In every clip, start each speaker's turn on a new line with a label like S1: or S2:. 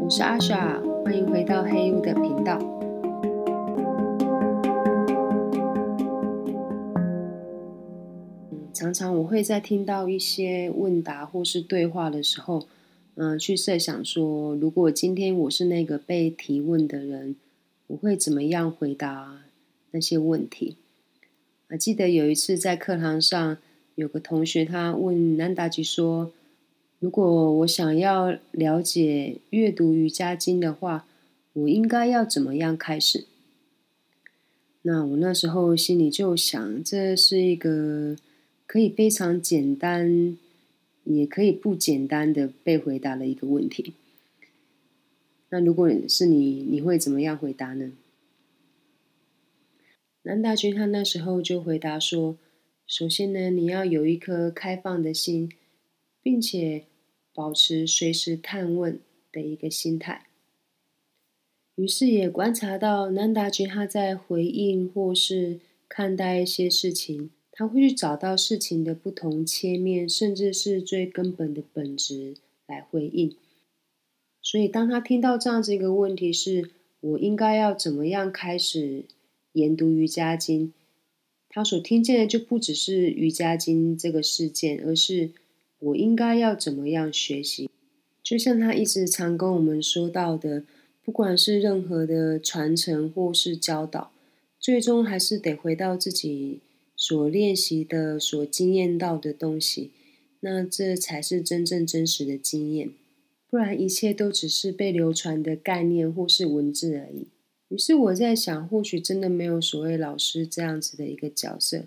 S1: 我是阿莎，欢迎回到黑雾的频道。嗯，常常我会在听到一些问答或是对话的时候，嗯、去设想说，如果今天我是那个被提问的人，我会怎么样回答那些问题？啊，记得有一次在课堂上，有个同学他问南达吉说：“如果我想要了解阅读瑜伽经的话，我应该要怎么样开始？”那我那时候心里就想，这是一个可以非常简单，也可以不简单的被回答的一个问题。那如果是你，你会怎么样回答呢？南大君他那时候就回答说：“首先呢，你要有一颗开放的心，并且保持随时探问的一个心态。”于是也观察到南达君他在回应或是看待一些事情，他会去找到事情的不同切面，甚至是最根本的本质来回应。所以，当他听到这样子一个问题是“我应该要怎么样开始研读瑜伽经”，他所听见的就不只是瑜伽经这个事件，而是我应该要怎么样学习。就像他一直常跟我们说到的，不管是任何的传承或是教导，最终还是得回到自己所练习的、所经验到的东西，那这才是真正真实的经验。不然一切都只是被流传的概念或是文字而已。于是我在想，或许真的没有所谓老师这样子的一个角色，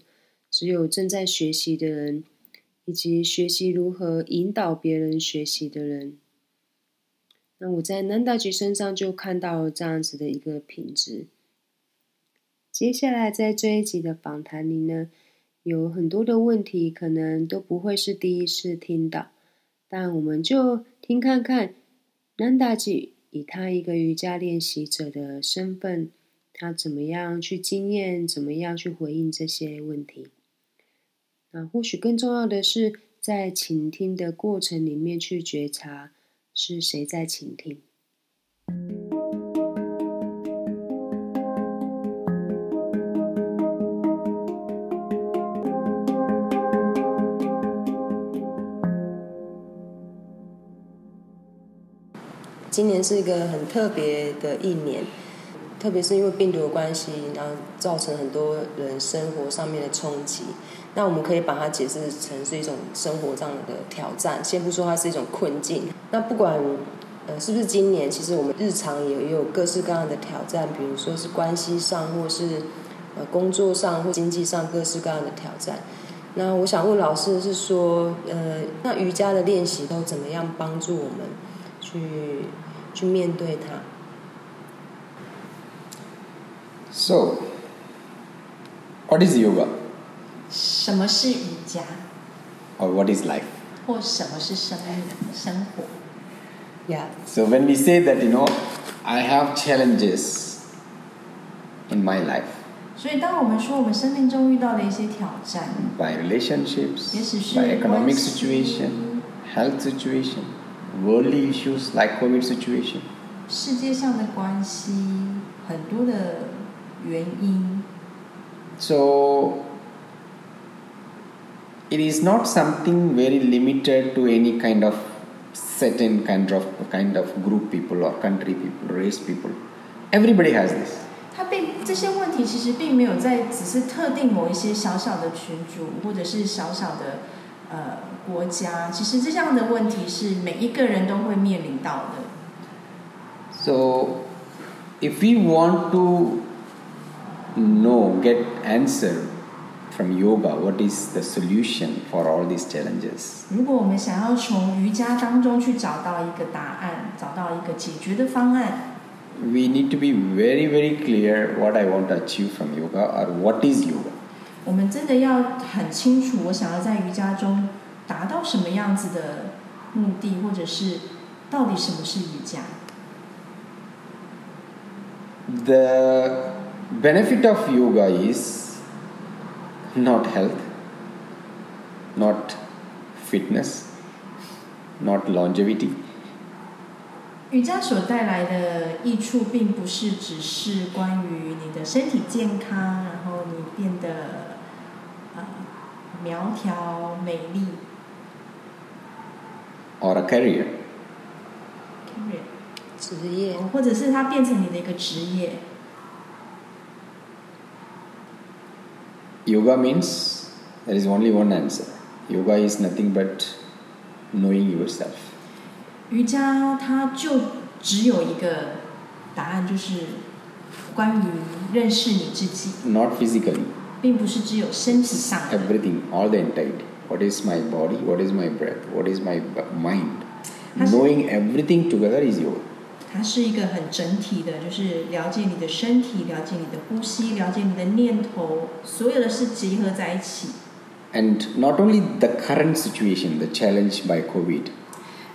S1: 只有正在学习的人，以及学习如何引导别人学习的人。那我在南大局身上就看到了这样子的一个品质。接下来在这一集的访谈里呢，有很多的问题可能都不会是第一次听到。但我们就听看看南达吉以他一个瑜伽练习者的身份，他怎么样去经验，怎么样去回应这些问题。那或许更重要的是，在倾听的过程里面去觉察是谁在倾听。今年是一个很特别的一年，特别是因为病毒的关系，然后造成很多人生活上面的冲击。那我们可以把它解释成是一种生活上的挑战，先不说它是一种困境。那不管呃是不是今年，其实我们日常也也有各式各样的挑战，比如说是关系上，或是呃工作上或经济上各式各样的挑战。那我想问老师的是说，呃，那瑜伽的练习都怎么样帮助我们去去面对它？
S2: So, what is yoga
S3: 什么是瑜伽，
S2: or what is life?
S3: 或什么是生命生活？
S1: Yeah.
S2: So, when we say that, you know, I have challenges in my life
S3: 所以，当我们说我们生命中遇到的一些挑战，
S2: by relationships,
S3: 也许是
S2: by economic
S3: 关系
S2: situation, health situation, worldly issues like COVID situation.
S3: 世界上的关系很多的原因，
S2: So, it is not something very limited to any kind of certain kind of kind of group people or country people, race people. Everybody has this.
S3: 它并这些问题其实并没有在只是特定某一些小小的群组或者是小小的呃国家，其实这样的问题是每一个人都会面临到的。
S2: So, if we want to know, get answer from yoga, what is the solution for all these challenges?
S3: 如果我们想要从瑜伽当中去找到一个答案，找到一个解决的方案，
S2: We need to be very, very clear what I want to achieve from yoga or what is yoga.
S3: 我们真的要很清楚，我想要在瑜伽中达到什么样子的目的，或者是到底什么是瑜伽。
S2: The benefit of yoga is not health, not fitness, not longevity,
S3: 瑜伽所带来的益处，并不是只是关于你的身体健康，然后你变得呃苗条美丽。
S2: or a career.
S3: Period
S4: 职业
S3: 或者是它变成你的一个职业。
S2: Yoga means there is only one answer. Yoga is nothing but knowing yourself.
S3: 瑜伽它就只有一个答案，就是关于认识你自己，
S2: Not physically,
S3: 并不是只有身体上的，
S2: everything, all the entirety. What is my body? What is my breath? What is my b- mind?
S3: Has-
S2: Knowing everything together is yoga.
S3: 它是一个很整体的，就是了解你的身体，了解你的呼吸，了解你的念头，所有的事集合在一起，
S2: And not only the current situation, the challenge by COVID,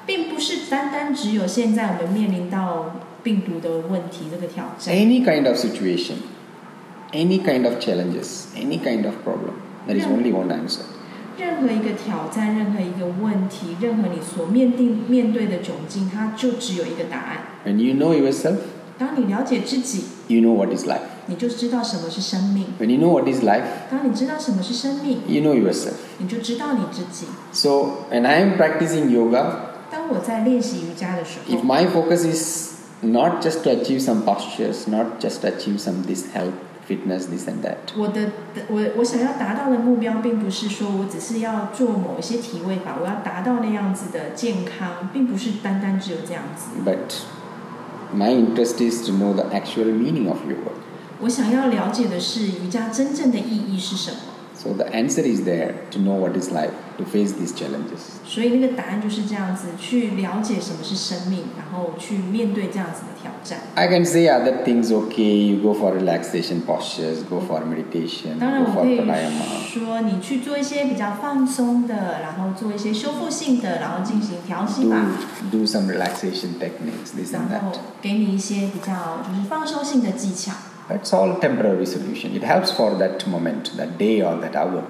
S3: 并不是单单只有现在我们面临到病毒的问题这个挑战。
S2: any kind of situation, any kind of challenges, any kind of problem, there is
S3: Yeah.
S2: only one answer.
S3: 任何一个挑战，任何一个问题，任何你所面定面对的窘境，它就只有一个答案。
S2: When you know yourself,
S3: 当你了解自己，
S2: you know what is life.
S3: 你就知道什么是生命。
S2: When you know what is life,
S3: 当你知道什么是生命，
S2: you know yourself.
S3: 你就知道你自己。
S2: So when I am practicing yoga,
S3: 当我在练习瑜伽的时
S2: if
S3: 候，
S2: my focus is not just to achieve some postures, not just to achieve some this health, fitness, this and that,
S3: 我的我我想要达到的目标，并不是说我只是要做某一些体位法，我要达到那样子的健康，并不是单单只有这样子。
S2: but my interest is to know the actual meaning of yoga.
S3: 我想要了解的是瑜伽真正的意义是什么。
S2: So the answer is there to know what is life, to face these challenges.
S3: 所以那个答案就是这样子，去了解什么是生命，然后去面对这样子的挑战。
S2: I can say other things, okay, you go for relaxation postures, go for meditation,
S3: 当然，
S2: go
S3: 我
S2: for
S3: 可以
S2: pranayama.
S3: 说你去做一些比较放松的，然后做一些修复性的，然后进行调息
S2: do
S3: 法，
S2: do some relaxation techniques, this and
S3: 然后
S2: that.
S3: 给你一些比较就是放松性的技巧。
S2: That's all temporary solution. It helps for that moment, that day or that hour.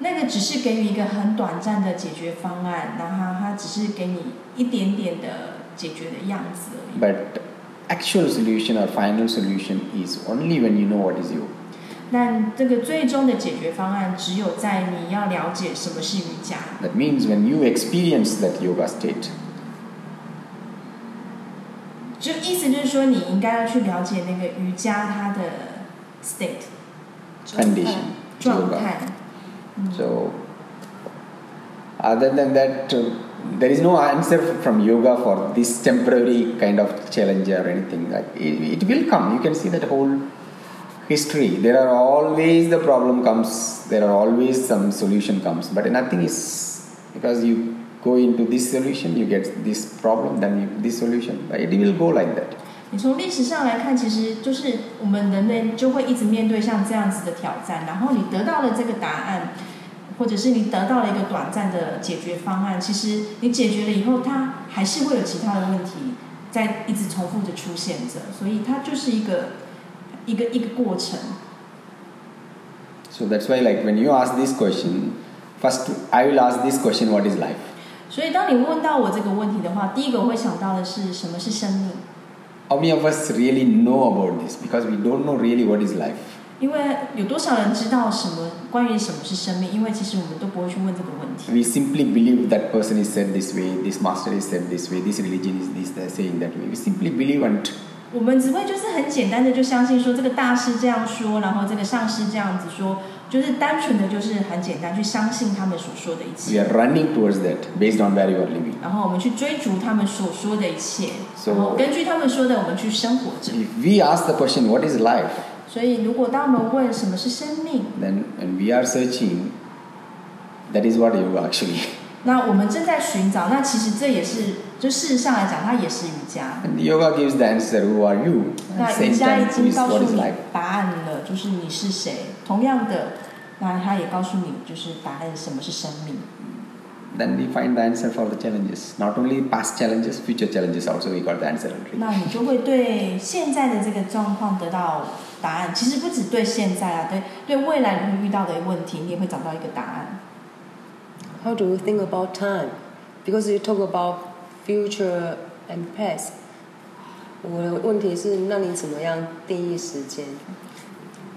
S3: 那个只是给予一个很短暂的解决方案，然后它只是给你一点点的解决的样子而已。
S2: But actual solution or final solution is only when you know what is you.
S3: 但这个最终的解决方案，只有在你要了解什么是瑜伽，
S2: That means when you experience that yoga state,
S3: 就意思就是说，你应该要去了解那个瑜伽它的 state
S4: 状态
S2: condition,
S3: 状
S2: yoga.
S3: 态。
S2: So, other than that, uh, there is no answer from yoga for this temporary kind of challenge or anything. Like it, it will come. You can see that whole history. There are always the problem comes. There are always some solution comes. But nothing is because you go into this solution, you get this problem, then you, this solution. It will go like that.
S3: 你从历史上来看，其实就是我们人类就会一直面对像这样子的挑战，然后你得到了这个答案，或者是你得到了一个短暂的解决方案，其实你解决了以后，它还是会有其他的问题在一直重复的出现着，所以它就是一个一个一个过程。
S2: So that's why, like when you ask this question, first I will ask this question: What is life?
S3: 所以当你问到我这个问题的话，第一个我会想到的是什么是生命。
S2: How many of us really know about this? Because we don't know really what is life.
S3: 因为有多少人知道什么关于什么是生命？因为其实我们都不会去问这个问题，
S2: We simply believe that person is said this way, this master is said this way, this religion is this, they're saying that way. We simply believe and
S3: 我们只会就是很简单的就相信说这个大师这样说，然后这个上师这样子说，就是单纯的就是很简单去相信他们所说的一
S2: we
S3: 切，
S2: are running towards that based on where you are living.
S3: 然后我们去追逐他们所说的一切，
S2: 嗯 So-
S3: 然后根据他们说的我们去生活着。
S2: If we ask the question, what is life?
S3: 所以如果当我们问什么是生命，
S2: Then when we are searching, that is what yoga actually.
S3: 那我们正在寻找，那其实这也是就事实上来讲，它也是瑜伽。
S2: And yoga gives the answer, who are you? And
S3: 那瑜
S2: same
S3: 伽已
S2: time, who
S3: 经
S2: is,
S3: 告诉
S2: what is
S3: 你
S2: life?
S3: 答案了，就是你是谁。同样的，那他也告诉你，就是答案什么是生命。
S2: Then we find the answer for the challenges. Not only past challenges, future challenges also we got the answer already.
S3: 那你就会对现在的这个状况得到答案。其实不只对现在啊，对对未来你会遇到的问题，你也会找到一个答案。
S4: How do we think about time? Because you talk about future and past.
S1: 我的问题是，那你怎么样定义时间？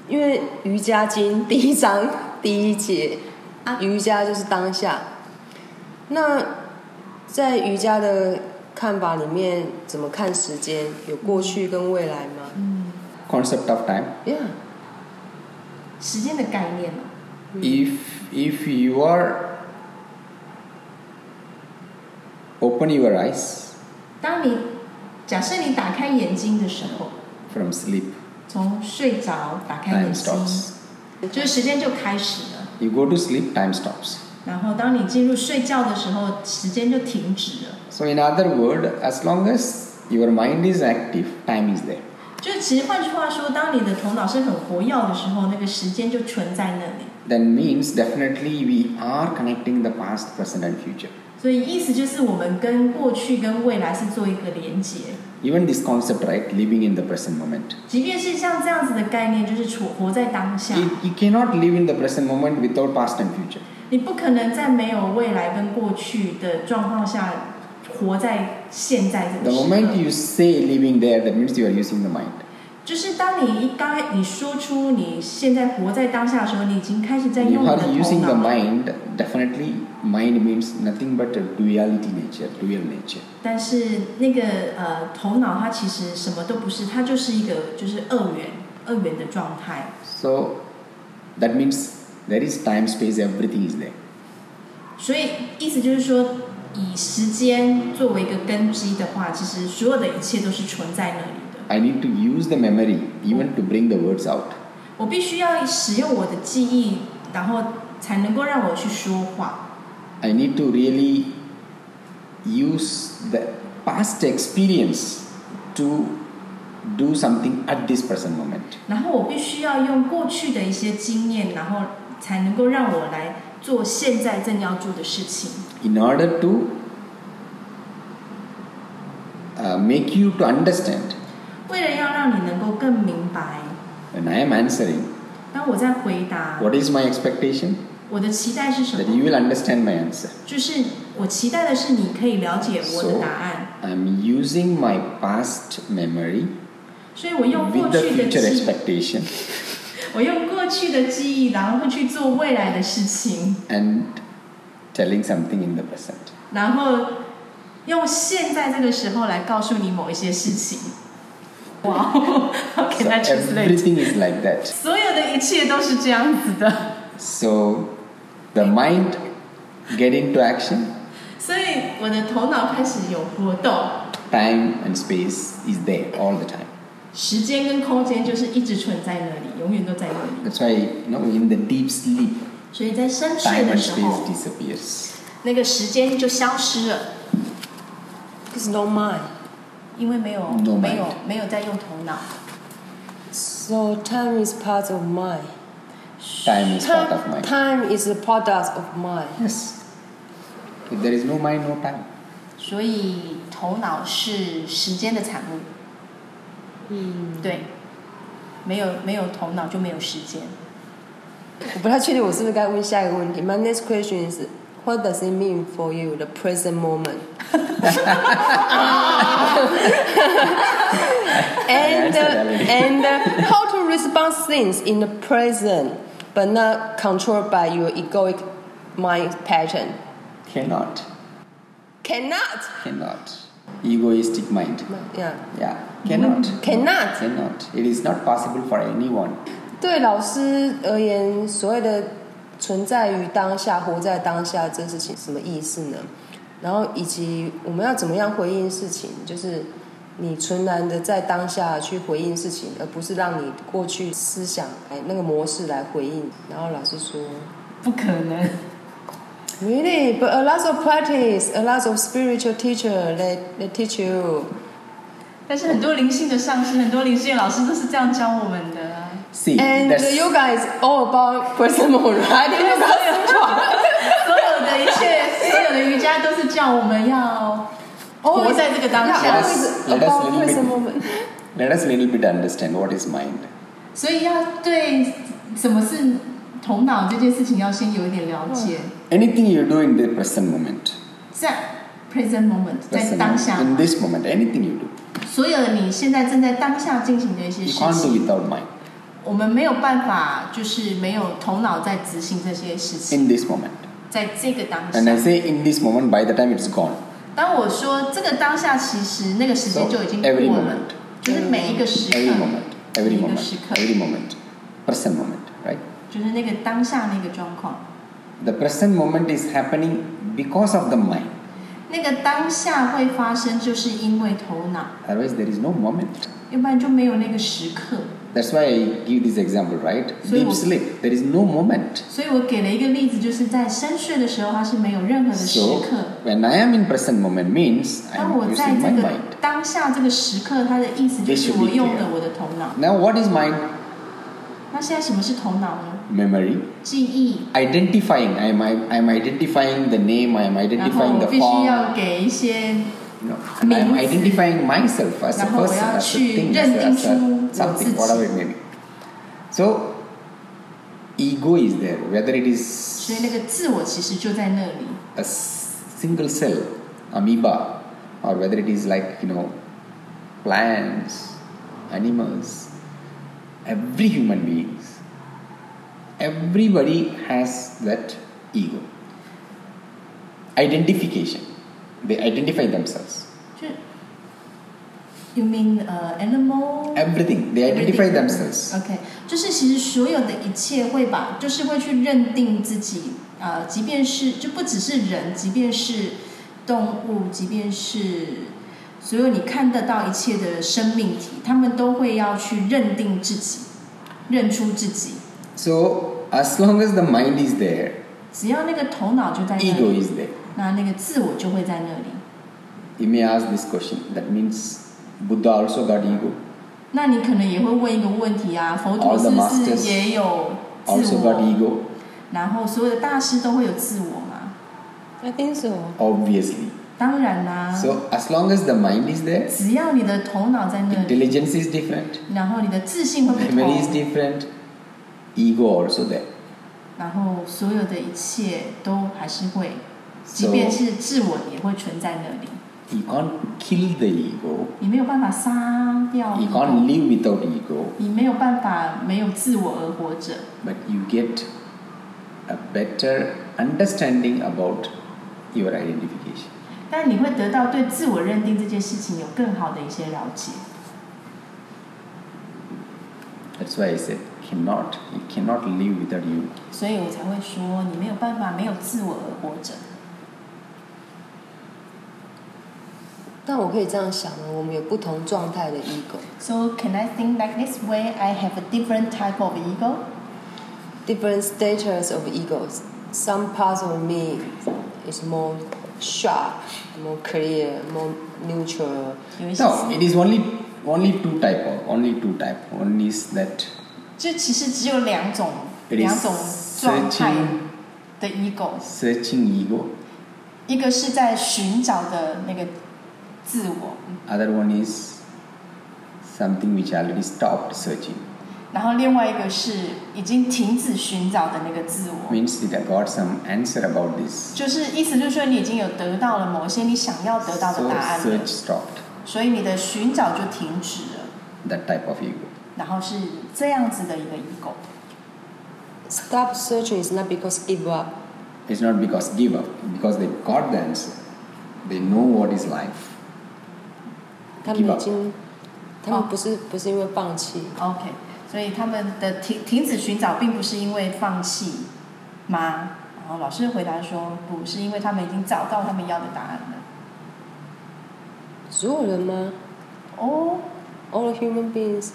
S1: 因为瑜伽经第一章第一节，
S3: 啊
S1: 瑜伽就是当下。那在瑜伽的看法里面，怎么看时间？有过去跟未来吗
S2: Concept of time.
S1: ？Yeah，
S3: 时间的概念嘛。
S2: If if you are open your eyes
S3: 当你假设你打开眼睛的时候，
S2: from sleep,
S3: 从睡着打开
S2: time
S3: 眼睛，
S2: stops.
S3: 就是时间就开始了。
S2: You go to sleep, time stops.
S3: 然后当你进入睡觉的时候，时间就停止了。
S2: So in other word, as long as your mind is active, time is there.
S3: 就其实换句话说，当你的头脑是很活跃的时候，那个时间就存在那里。
S2: That means definitely we are connecting the past, present, and future.
S3: 所以意思就是我们跟过去跟未来是做一个连接。
S2: Even this concept, right, living in the present moment.
S3: 即便是像这样子的概念，就是处活在当下，
S2: You, you cannot live in the present moment without past and future.
S3: 你不可能在没有未来跟过去的状况下活在现在
S2: The
S3: 这个时刻
S2: moment。you say living there, that means you are using the mind.
S3: 就是当你一刚开你说出你现在活在当下的时候，你已经开始在
S2: You
S3: 用你的
S2: are using the
S3: 头脑了。
S2: mind. Definitely, mind means nothing but a duality nature, dual nature.
S3: 但是那个呃头脑它其实什么都不是，它就是一个就是二元二元的状态。
S2: So that means there is time, space, everything is there.
S3: 所以意思就是说，以时间作为一个根基的话，其实所有的一切都是存在那里的。
S2: I need to use the memory even to bring the words out.
S3: 我必须要使用我的记忆，然后才能够让我去说话。
S2: I need to really use the past experience to do something at this present moment.
S3: 然后我必须要用过去的一些经验，然后才能够让我来做现在正要做的事情。
S2: In order to uh, make you to understand,
S3: 为了要让你能够更明白，
S2: when I am answering,
S3: 当我在回答，
S2: what is my expectation?
S3: 我的期待是什
S2: That
S3: 么？
S2: you will understand my answer.
S3: 就是我期待的是你可以了解我的
S2: So-
S3: 答案。
S2: I'm using my past memory
S3: 所以我用过
S2: with the
S3: 去的
S2: future
S3: 记，
S2: expectation
S3: 我用过去的记忆，然后会去做未来的事情，
S2: and telling something in the present.
S3: 然后用现在这个时候来告诉你某一些 事情。哇、哦 o w
S2: So
S3: can I translate？
S2: everything is like that.
S3: 所有的一切都是这样子的，
S2: So the mind get into action,
S3: 所以我的头脑开始有活动，
S2: time and space is there all the time.
S3: 时间跟空间就是一直存在那里，永远都在那里。
S2: That's why you know in the deep sleep,
S3: 所以在深睡
S2: time
S3: 的
S2: and
S3: 时候
S2: space，disappears.
S3: 那个时间就消失了，
S1: It's no mind.
S3: 因为没有
S2: No
S3: 没有
S2: mind
S3: 没有在用头脑。
S1: So time is part of mind.
S2: Time is part of mind.
S1: Time is a product of mind.
S2: Yes. If there is no mind, no time.
S3: 所以头脑是时间的产物，
S1: 嗯，
S3: 对，没有没有头脑就没有时间。
S1: 我不太确定我是不是该问下一个问题。My next question is, what does it mean for you the present moment? and uh, and how to respond things in the present, but not controlled by your egoic mind pattern.
S2: Cannot.
S1: Cannot.
S2: Cannot. Egoistic mind.
S1: Yeah.
S2: Yeah. Cannot.
S1: Mm, Cannot.
S2: Cannot. It is not possible for anyone.
S1: 对老师而言，所谓的存在于当下、活在当下这事情什么意思呢？然后以及我们要怎么样回应事情，就是你纯然的在当下去回应事情，而不是让你过去思想哎那个模式来回应。然后老师说
S3: 不可能。
S1: ，Really, but a lot of practice, a lot of spiritual teacher they they teach you.
S3: 但是很多灵性的上师，很多灵性的老师都是这样教我们的啊。
S2: See,
S1: And
S2: that's
S1: yoga is all about present moment, right? Yoga sutra.
S3: 所有的一切，所有的瑜伽都是叫我们要活在这个当
S1: Yeah,
S3: 下，
S1: always
S2: Let us
S1: about
S2: little bit-
S1: present moment.
S2: let us little bit understand what is mind.
S3: 所以要对什么是头脑这件事情要先有一点了解，
S2: Anything you do in the present moment,
S3: 在 present moment，在
S2: present
S3: 当下
S2: moment, in this moment, anything you do.
S3: 所有的你现在正在当下进行的一些
S2: You
S3: 事
S2: can't do
S3: 情，
S2: without mind
S3: 我们没有办法，就是没有头脑在执行这些事情，
S2: in this moment.
S3: 在这个当
S2: 嗯 And I
S3: 下。
S2: say in this moment, by the time it's gone.
S3: 当我说这个当下，其实那个时
S2: So
S3: 间就已经
S2: every
S3: 过了，
S2: moment,
S3: 就是每一个时刻，
S2: every moment, every
S3: 每一个
S2: moment,
S3: 时刻，
S2: every moment, present moment, right?
S3: 就是那个当下那个状况，
S2: The present moment is happening because of the mind.
S3: 那个当下会发生，就是因为头脑，
S2: Otherwise, there is no moment.
S3: 要不然就没有那个时刻。
S2: That's why I give this example, right?
S3: So
S2: Deep
S3: you-
S2: sleep. There is no moment.
S3: 所以我给了一个例子，就是在深睡的时候，它是没有任何的时
S2: So
S3: 刻。
S2: when I am in present moment means I
S3: 当我
S2: am
S3: 在
S2: using
S3: 这
S2: my
S3: 个
S2: mind.
S3: 当下这个时刻，它的意思就
S2: They
S3: 是
S2: should be
S3: 我用
S2: clear.
S3: 了我的头脑。
S2: Now what is mind?
S3: 那现在什么是头脑呢？
S2: Memory.
S3: 记忆。
S2: Identifying. I am I am identifying the name. I am
S3: 然后
S2: identifying
S3: 我
S2: the
S3: 必须
S2: form.
S3: 要给一些，
S2: No. And I am
S3: 名字。
S2: identifying myself as a
S3: 然后我
S2: person,
S3: 要
S2: as a
S3: 去
S2: thing, as
S3: 认定出
S2: a something,
S3: 我自己。
S2: whatever it may be. So ego is there, whether it
S3: 所
S2: is
S3: 以那个自我其实就在那里。
S2: a s- single cell amoeba or whether it is like you know plants animals every human beings everybody has that ego identification they identify themselves
S3: 就，You mean 呃、animal？
S2: everything they identify
S3: Everything.
S2: themselves
S3: OK，就是其实所有的一切会把，就是会去认定自己，呃，即便是就不只是人，即便是动物，即便是所有你看得到一切的生命体，他们都会要去认定自己，认出自己。
S2: so as long as the mind is there
S3: 只要那个头脑就在那
S2: ego
S3: 里，
S2: is there
S3: 那那个自我就会在那里。
S2: you may ask this question that means buddha also got ego
S3: 那你可能也会问一个问题啊，佛陀
S2: All the
S3: 是不
S2: masters
S3: 是也有自
S2: also got
S3: 我？
S2: ego
S3: 然后所有的大师都会有自我嘛？
S1: I think so。
S2: obviously
S3: 当然啦、
S2: So as long as the mind is there,
S3: 只要你的头脑在那里，
S2: intelligence is different,
S3: 然后你的自信会不
S2: memory is
S3: 同，
S2: different, ego also there.
S3: 然后所有的一切都还是会，即
S2: So
S3: 便
S2: you
S3: 是自我也会存在那里，
S2: can't kill the ego.
S3: 你没有办法杀掉
S2: You
S3: 你
S2: can't
S3: 的，
S2: live without ego,
S3: 你没有办法没有自我而活着，
S2: but you get a better understanding about your identification.
S3: 但你会得到对自我认定这件事情有更好的一些了解。
S2: That's why I said cannot. You cannot live without you.
S3: 所以我才会说，你没有办法没有自我而活着。
S1: 但我可以这样想哦，我们有不同状态的 ego，different
S3: So can I think like this way? I have a different type of ego.
S1: status of egos. Some parts of me is more sharp, more clear, more neutral.
S3: 有一些
S2: No, it is only only two type of only two type. One is that
S3: 就其实只有两种
S2: It is
S3: 两种状态
S2: searching
S3: 的 ego，
S2: searching ego.
S3: 一个是在寻找的那个自我，
S2: other one is something which already stopped searching
S3: 然后另外一个是已经停止寻找的那个自我，
S2: means it got some answer about this
S3: 就是意思就是说你已经有得到了某些你想要得到的
S2: so
S3: 答案了
S2: search，stopped
S3: 所以你的寻找就停止了，
S2: that type of ego
S3: 然后是这样子的一个 ego。
S1: Stop searching is not because give up.
S2: it's not because give up because they got the answer they know what is life
S1: 他们
S2: Give
S1: 已
S2: up
S1: 经，他
S3: 哦
S1: 们不是不是因为放弃，
S3: OK，所以他们的停停止寻找，并不是因为放弃吗？然后老师回答说，不是因为他们已经找到他们要的答案了。
S1: 所有人吗
S3: 哦，
S1: ？All human beings.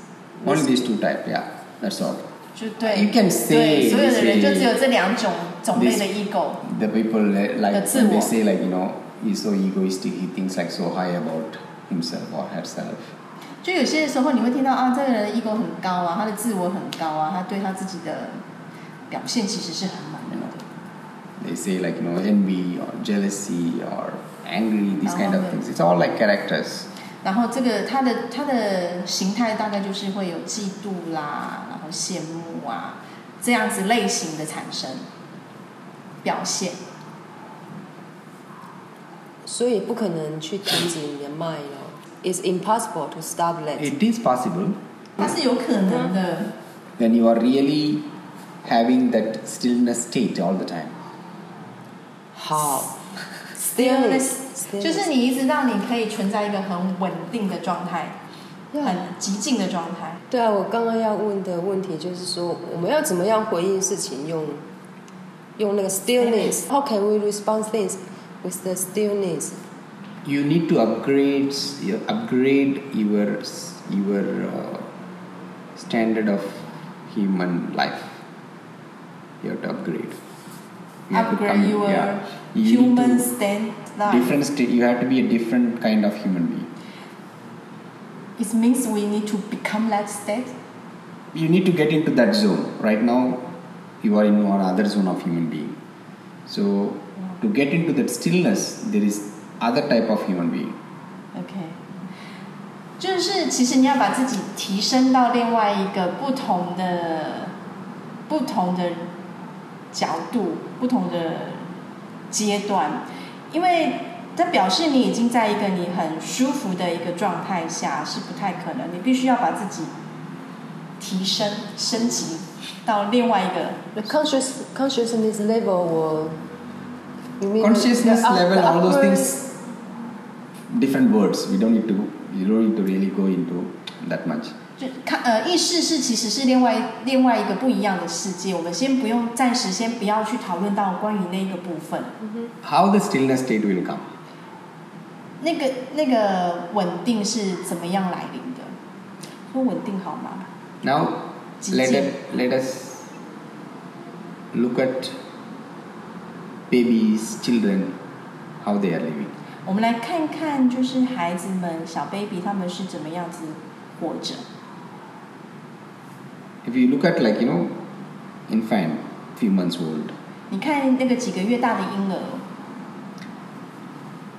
S2: only these two type yeah that's all
S3: 就对
S2: You can say
S3: 对，所有的人
S2: this
S3: 就
S2: is-
S3: 只有这两种种类
S2: this-
S3: 的 ego。
S2: the people li- like
S3: The
S2: when they
S3: 自我。
S2: say like you know he's so egoistic he thinks like so high about himself or herself
S3: 就有些时候你会听到啊，这个人的 ego 很高啊，他的自我很高啊，他对他自己的表现其实是很满意的。
S2: they say like you know envy or jealousy or angry these kind of
S3: Uh-huh.
S2: things it's all like characters
S3: 然后这个他的他的形态大概就是会有嫉妒啦，然后羡慕啊这样子类型的产生表现。
S1: 所以不可能去停止你的 mind 哦。 it's impossible to stop that.
S2: It is possible
S3: 它是有可能的。
S2: when you are really having that stillness state all the time.
S1: 好
S3: Stillness 就是你一直让你可以存在一个很稳定的状态，很极静的状态。
S1: 对啊，我刚刚要问的问题就是说，我们要怎么样回应事情？用用那个 stillness。How can we respond things with the stillness？
S2: You need to upgrade your upgrade your your uh, standard of human life. You have to upgrade. You have to come-
S3: Upgrade your
S2: yeah. You need to-
S3: human stand life.
S2: different state. You have to be a different kind of human being.
S3: It means we need to become that state.
S2: you need to get into that zone right now you are in another zone of human being so to get into that stillness there is other type of human being
S3: OK，就是其实你要把自己提升到另外一个不同的、不同的角度、不同的阶段，因为这表示你已经在一个你很舒服的一个状态下是不太可能，你必须要把自己提升、升级到另外一个
S1: The conscious consciousness level will you mean
S2: consciousness
S1: the up-
S2: level
S1: the
S2: all those
S1: upper-
S2: things different words we don't need to you don't need to really go into that much
S3: 就看呃，意识是其实是另外另外一个不一样的世界。我们先不用暂时先不要去讨论到关于那个部分，
S2: how the stillness state will come
S3: 那个那个稳定是怎么样来临的？说稳定好吗？
S2: now let it, let us look at babies children how they are living
S3: 我们来看看，就是孩子们小 baby 他们是怎么样子活着。
S2: If you look at like you know, infant, few months old,
S3: 你看那个几个月大的婴儿，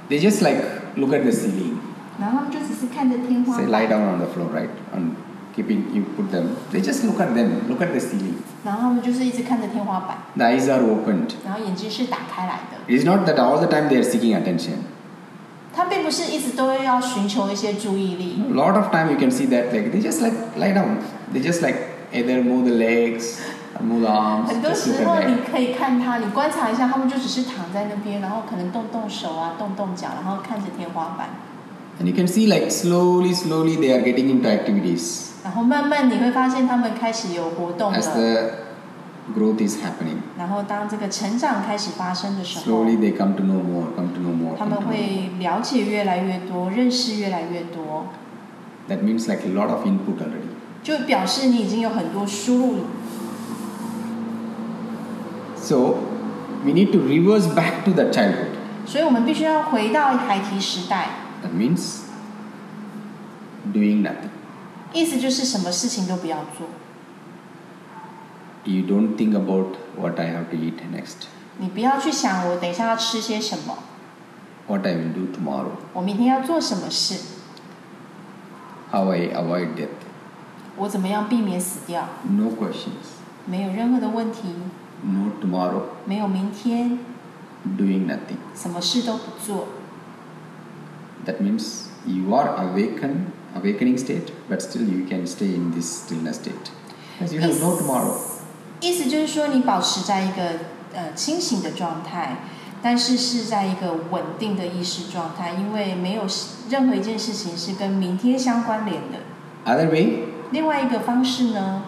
S2: they just like look at the ceiling.
S3: 然后他们就只是看着天花
S2: Say lie
S3: 板，
S2: down on the floor, right? And keeping you put them. They just look at them. Look at the ceiling.
S3: 然后他们就是一直看着天花板，
S2: The eyes are opened.
S3: 然后眼睛是打开来的。
S2: It is not that all the time they are seeking attention.
S3: 他并不是一直都要寻求一些注意力。
S2: A lot of time you can see that like they just like lie down. They just like either move the legs or move the arms.
S3: 很多
S2: Just look
S3: 时候
S2: at
S3: 你
S2: that.
S3: 可以看他，你观察一下，他们就只是躺在那边，然后可能动动手啊，动动脚，然后看着天花板，
S2: And you can see like slowly, slowly they are getting into activities
S3: 然后慢慢你会发现他们开始有活动
S2: as
S3: 了。
S2: the growth is happening.
S3: 然后当这个成长开始发生的时候，
S2: Slowly they come to know more, come to know more.
S3: 他
S2: come
S3: 们
S2: to know more.
S3: 会了解越来越多，认识越来越多，
S2: That means like a lot of input already.
S3: 就表示你已经有很多输入。
S2: So we need to reverse back to the childhood.
S3: 所以我们必须要回到孩提时代，
S2: That means doing nothing.
S3: 意思就是什么事情都不要做，
S2: You don't think about what I have to eat next,
S3: 你不要去想我等一下要吃些什么，
S2: what I will do tomorrow,
S3: 我明天要做什么事，
S2: how I avoid death.
S3: 我怎么样避免死掉。
S2: No questions.
S3: 没有任何的问题，
S2: No tomorrow.
S3: 没有明天，
S2: Doing nothing.
S3: 什么事都不做，
S2: That means you are awaken, awakening state, but still you can stay in this stillness state. Because you have no
S3: Yes.
S2: tomorrow.
S3: 意思就是说你保持在一个呃清醒的状态，但是是在一个稳定的意识状态，因为没有事任何一件事情是跟明天相关联的。
S2: Other way,
S3: 另外一个方式呢，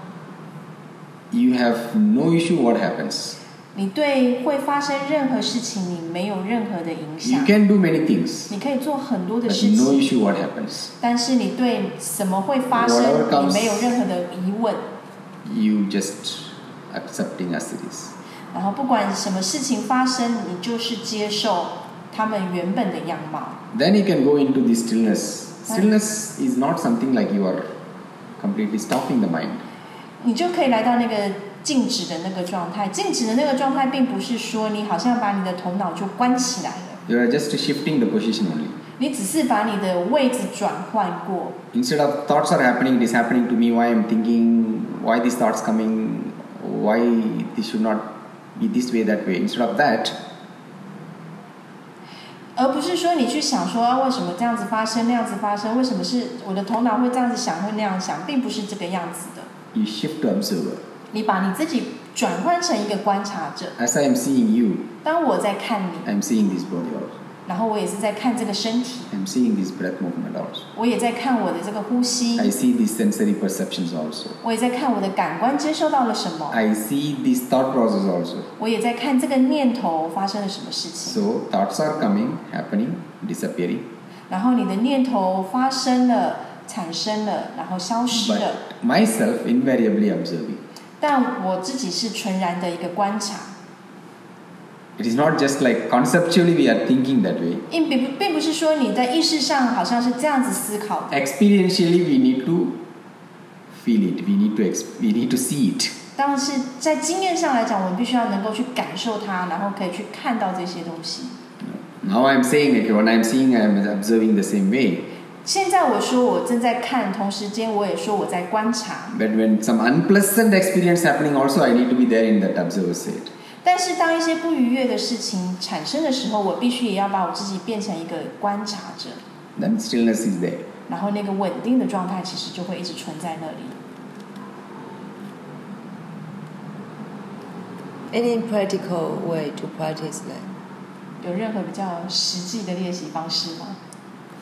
S2: you have no issue what happens.
S3: 你对会发生任何事情你没有任何的影
S2: You
S3: 响，
S2: can do many things,
S3: 你可以做很多的
S2: but
S3: 事
S2: no
S3: 情，
S2: issue what happens.
S3: 但是你对什么会发
S2: Whatever
S3: 生
S2: comes
S3: 你没有任何的疑问。
S2: You just accepting as it is.
S3: 然后不管什么事情发生，你就是接受他们原本的样貌。
S2: Then you can go into the stillness. Stillness is not something like you are completely stopping the mind.
S3: 你就可以来到那个静止的那个状态。静止的那个状态，并不是说你好像把你的头脑就关起来了，
S2: You are just shifting the position only.
S3: 你只是把你的位置转换过。
S2: Instead of thoughts are happening, it is happening to me. Why I'm thinking? Why these thoughts coming? Why this should not be this way that way? Instead of that,
S3: 而不是说你去想说、啊、为什么这样子发生，那样子发生，为什么是我的头脑会这样子想，会那样想，并不是这个样子的。
S2: You shift to observer.
S3: 你把你自己转换成一个观察者。
S2: As I am seeing you,
S3: 当我在看你，
S2: I am seeing this body also.
S3: 然后我也是在看这个身体，
S2: I am seeing this breath movement also.
S3: 我也在看我的这个呼
S2: I
S3: 吸，
S2: see these sensory perceptions also.
S3: 我也在看我的感官接收到了什么，
S2: I see this thought process also.
S3: 我也在看这个念头发生了什么事情。
S2: So thoughts are coming, happening, disappearing.
S3: 然后你的念头发生了，产生了，然后消失了。
S2: But myself invariably observing.
S3: 但我自己是纯然的一个观察，
S2: It is not just like conceptually we are thinking that way.
S3: 并并不并不是说你在意识上好像是这样子思考的。
S2: Experientially we need to feel it. We need to exp- we need to see it.
S3: 但是在经验上来讲，我们必须要能够去感受它，然后可以去看到这些东西。
S2: Now I am saying okay, when I am seeing I am observing the same way.
S3: 现在我说我正在看，同时间我也说我在观察。
S2: But when some unpleasant experience happening also I need to be there in that observer state.
S3: 但是当一些不愉悦的事情产生的时候，我必须也要把我自己变成一个观察者，
S2: Then stillness is there.
S3: 然后那个稳定的状态其实就会一直存在那里。
S1: Any practical way to practice that?
S3: 有任何比较实际的练习方式吗？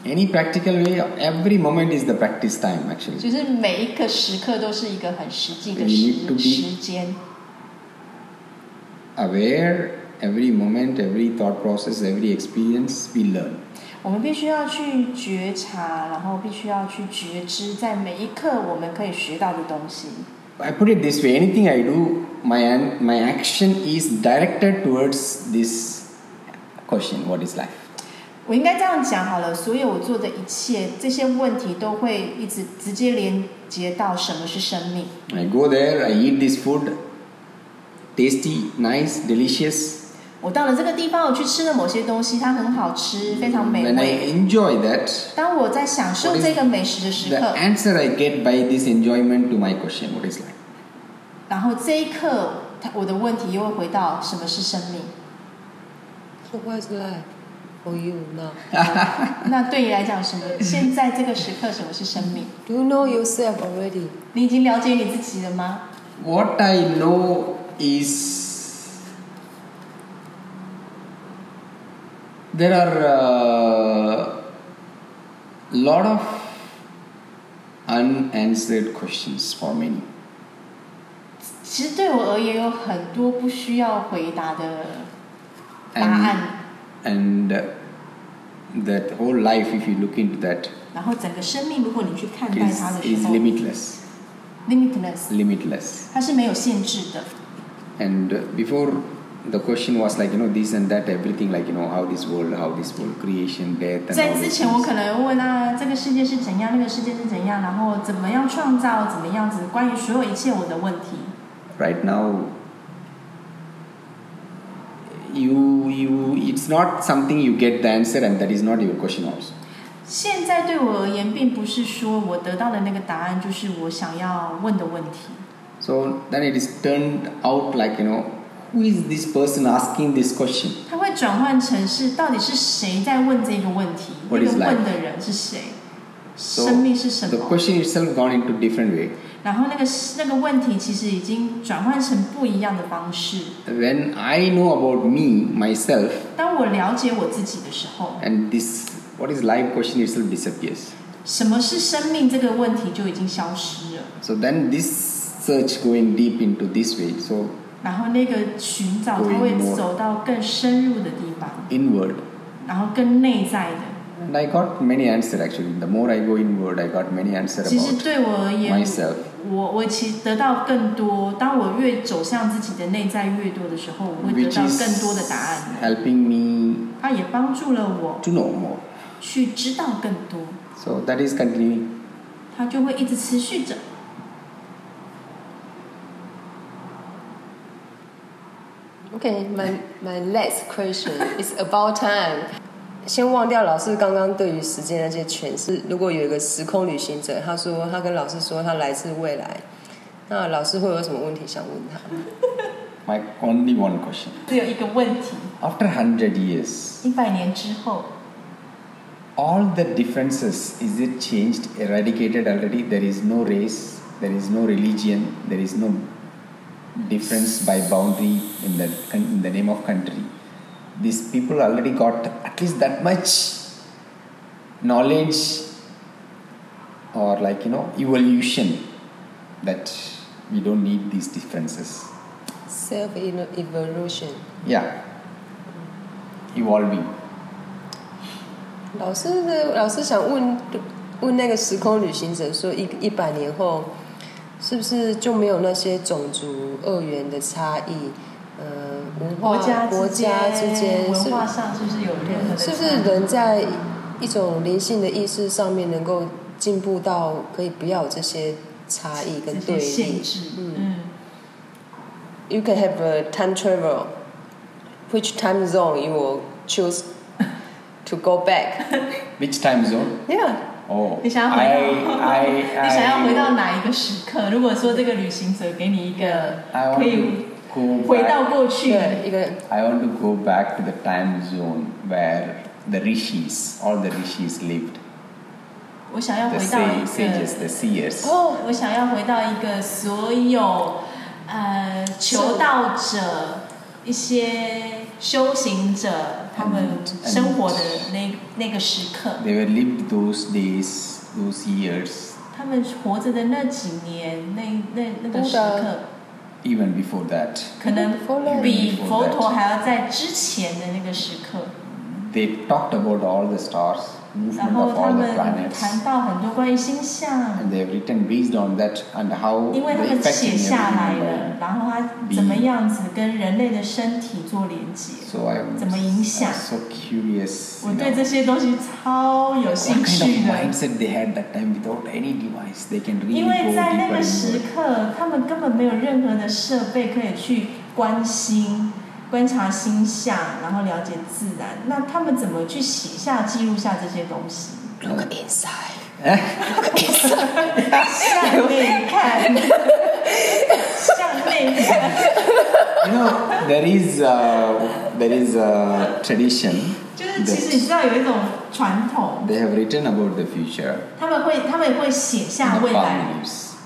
S2: Any practical way, every moment is the practice time actually.
S3: 就是每一个时刻都是一个很实际的
S2: You need to
S3: 时
S2: be-
S3: 时间，
S2: aware every moment every thought process every experience we learn
S3: 我们必须要去觉察，然后必须要去觉知，在每一刻我们可以学到的东西。
S2: i put it this way anything i do my an- my action is directed towards this question what is life
S3: 我应该这样讲好了，所有我做的一切，这些问题都会一直直接连接到什么是生命。
S2: i go there i eat this food tasty nice delicious
S3: 我到了这个地方，我去吃了某些东西，它很好吃，非常美
S2: when i
S3: 味。
S2: enjoy that
S3: 当我在享受
S2: What is-
S3: 这个美食的时
S2: the
S3: 刻，
S2: answer i get by this enjoyment to my question what is life
S3: 然后这一刻，他我的问题又会回到什么是生命？
S1: So what's life for you now?
S3: 那对你来讲，什么？现在这个时刻，什么是生 命？
S1: Do you know yourself already?
S3: 你已经了解你自己了吗？
S2: what i know is there are a lot of unanswered questions for many
S3: 其实对我而言，有很多不需要回答的答
S2: and,
S3: 案，
S2: and that whole life if you look into that
S3: 然后整个生命，如果你去看待
S2: is,
S3: 它的时
S2: is
S3: 候
S2: limitless
S3: ，limitless，
S2: limitless
S3: 它是没有限制的。
S2: and before the question was like you know this and that everything like you know how this world how this world creation death and
S3: 在
S2: all
S3: 之
S2: these
S3: 前，我
S2: things.
S3: 可能问啊，这个世界是怎样，那个世界是怎样，然后怎么样创造，怎么样子，关于所有一切我的问题。
S2: right now you you it's not something you get the answer and that is not your question also
S3: 现在对我而言，并不是说我得到的那个答案就是我想要问的问题。
S2: so then it is turned out like you know who is this person asking this question
S3: 它会转换成是到底是谁在问这个问题，那
S2: What
S3: 个
S2: is life？
S3: 问的人是谁，
S2: so
S3: 生命是什
S2: the
S3: 么？
S2: question itself gone into different way
S3: 然后那个那个问题其实已经转换成不一样的方式。
S2: when i know about me myself
S3: 当我了解我自己的时候，
S2: and this what is life question itself disappears
S3: 什么是生命这个问题就已经消失了。
S2: so then this search going deep into this way so
S3: 然后那个寻找，
S2: Going
S3: 它会
S2: more
S3: 走到更深入的地方，
S2: inward
S3: 然后更内在的。
S2: And I got many answers actually. The more I go inward, I got many answers
S3: 其实
S2: about
S3: 对我而言
S2: myself.，
S3: 我我其实得到更多。当我越走向自己的内在越多的时候，我会得
S2: which
S3: 到
S2: is
S3: 更多的答案。
S2: helping me
S3: 它也帮助了我
S2: to know more.
S3: 去知道更多，
S2: So that is continuing.
S3: 它就会一直持续着。
S1: Okay, my my last question is about time. 先忘掉老师刚刚对于时间那些诠释。如果有一个时空旅行者，他说他跟老师说他来自未来，那老师会有什么问题想问他？
S2: My only one question.
S3: 只有一个问题：
S2: After 100 years,
S3: 一百年之后，
S2: all the differences is it changed, eradicated already? There is no race, there is no religion, there is no difference by boundary in the con- in the name of country. These people already got at least that much knowledge or like you know evolution that we don't need these differences.
S1: self evolution。
S2: Yeah, evolving.
S1: 老师的老师想问问那个时空旅行者说一，一百年后是不是就没有那些种族二元的差异？呃，文化
S3: 国家
S1: 国家之间是
S3: 文化上是不是有任何的？
S1: 是不是？人在一种灵性的意识上面能够进步到可以不要有这些差异跟对
S3: 这些限
S1: 立
S3: 制，嗯，
S1: ？You can have a time travel. Which time zone you will choose to go back?
S2: Which time zone?
S1: Yeah.
S2: Oh,
S3: 你想要
S2: I,
S3: 回到
S2: I, I,
S3: 你想要回到哪一个时刻？如果说这个旅行者给你一个
S2: I
S3: 可
S2: want
S3: 以
S2: to go
S3: 回到
S2: back,
S3: 过去，
S1: 对，一个
S2: I want to go back to the time zone where the rishis, all the rishis lived,
S3: 我想要
S2: the
S3: 回到一
S2: sa-
S3: 个
S2: sages, the seers.
S3: 哦，我想要回到一个所有呃求道者、一些修行者他们
S2: And- and-
S3: 生活的那那个时刻，
S2: They were lived those days, those years,
S3: 他们活着的那几年，那那那个时
S1: Buddha
S3: 刻，
S2: even before that.
S3: 可能
S1: Before that
S3: 比
S2: Before that
S3: 佛陀还要在之前的那个时刻。
S2: They talked about all the stars,
S3: 然
S2: movement
S3: 后
S2: of
S3: 他
S2: all the
S3: 们
S2: planets,
S3: 谈到很多关于星象，
S2: and they have written based on that and how
S3: 因为他
S2: the
S3: 们
S2: effect
S3: 写
S2: in
S3: 下来
S2: every human
S3: 了，
S2: body.
S3: 然后它怎么样子跟人类的身体做连接。
S2: So I'm,
S3: 怎么影响？
S2: I'm so curious.
S3: 我
S2: you know.
S3: 对这些东西超有
S2: What
S3: 兴
S2: kind
S3: 趣
S2: of
S3: 的，
S2: mindset they had that time without any device? They can really
S3: 因
S2: go
S3: 为
S2: deeper
S3: 在那个
S2: into
S3: 时
S2: it.
S3: 刻，他们根本没有任何的设备可以去关心、观察星象，然后了解自然。那他们怎么去写下、记录下这些东西？
S1: look inside。
S3: 向内看， 向内看。
S2: You know, there is a, there is a tradition
S3: 就是其实你知道有一种传统，
S2: they have written about the future
S3: 他们会他们也会写
S2: in
S3: 下
S2: the
S3: 未来，
S2: palm leaves.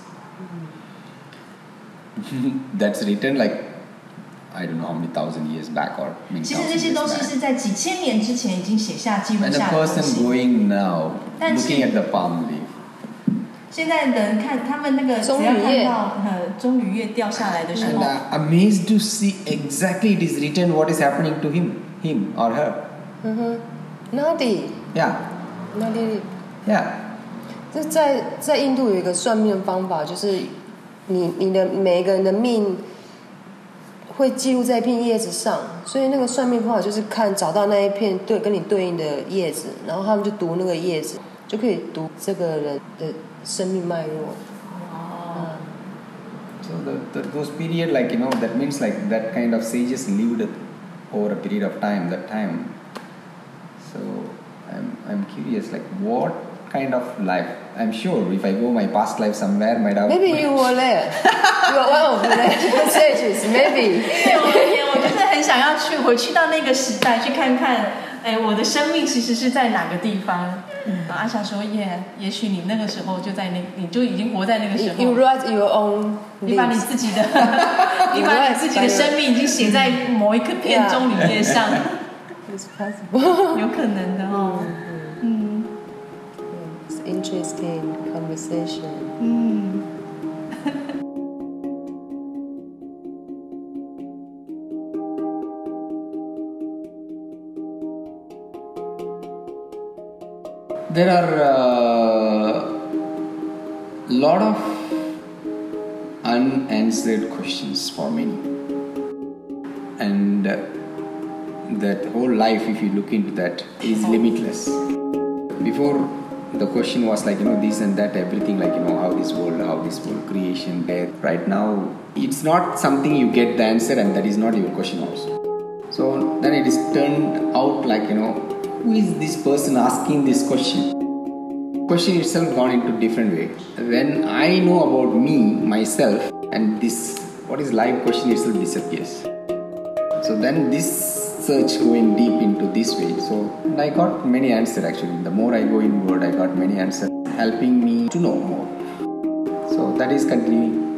S2: That's written like I don't know how many thousand years back or many
S3: 其实
S2: thousand
S3: 这些
S2: years
S3: 东西
S2: back.
S3: 是在几千年之前已经写下记录
S2: And a
S3: 下的东
S2: person
S3: 西。
S2: going now,
S3: 但是-
S2: looking at the palm leaf,
S3: 现在人看他们那个只
S1: 终于
S3: 要看
S1: 叶
S3: 到呃终于月掉下来的时
S2: and
S3: 候，
S2: I'm amazed to see exactly it is written what is happening to him, him or her.
S1: 嗯哼 n a d i
S2: Yeah,
S1: n a d i
S2: yeah.
S1: 这在在印度有一个算命方法，就是你你的每个人的命会记录在一片叶子上，所以那个算命方法就是看找到那一片对跟你对应的叶子，然后他们就读那个叶子，就可以读这个人的生命脉络。
S3: 哦，
S2: So the, the, those period, like you know, that means like that kind of sages lived over a period of time. That time. So I'm I'm curious, like what kind of life? I'm sure if I go my past life somewhere, might have.
S1: Maybe you were there, you were one of the sages. Maybe
S3: 对，我我我就是很想要去回去到那个时代去看看，哎，我的生命其实是在哪个地方。
S1: 嗯
S3: 然后阿霞说：“耶，也许你那个时候就在那，你就已经活在那个时候。”
S1: you write your own.
S3: 你把你
S1: leaves.
S3: 自己的，你把你自己的生命已经写在某一个片中里面上，
S1: It's possible.
S3: 有可能的哦。嗯
S1: It's interesting conversation.
S3: 嗯。
S2: There are uh, lot of unanswered questions for many, and uh, that whole life, if you look into that, is limitless. Before the question was like you know this and that, everything like you know how this world, how this world creation, death. Right now, it's not something you get the answer, and that is not your question also. So then it is turned out like you know, who is this person asking this question? Question itself gone into different way. When I know about me, myself, and this what is live question itself disappears. So then this search going deep into this way. So and I got many answers actually. The more I go inward, I got many answers helping me to know more. So that is continuing.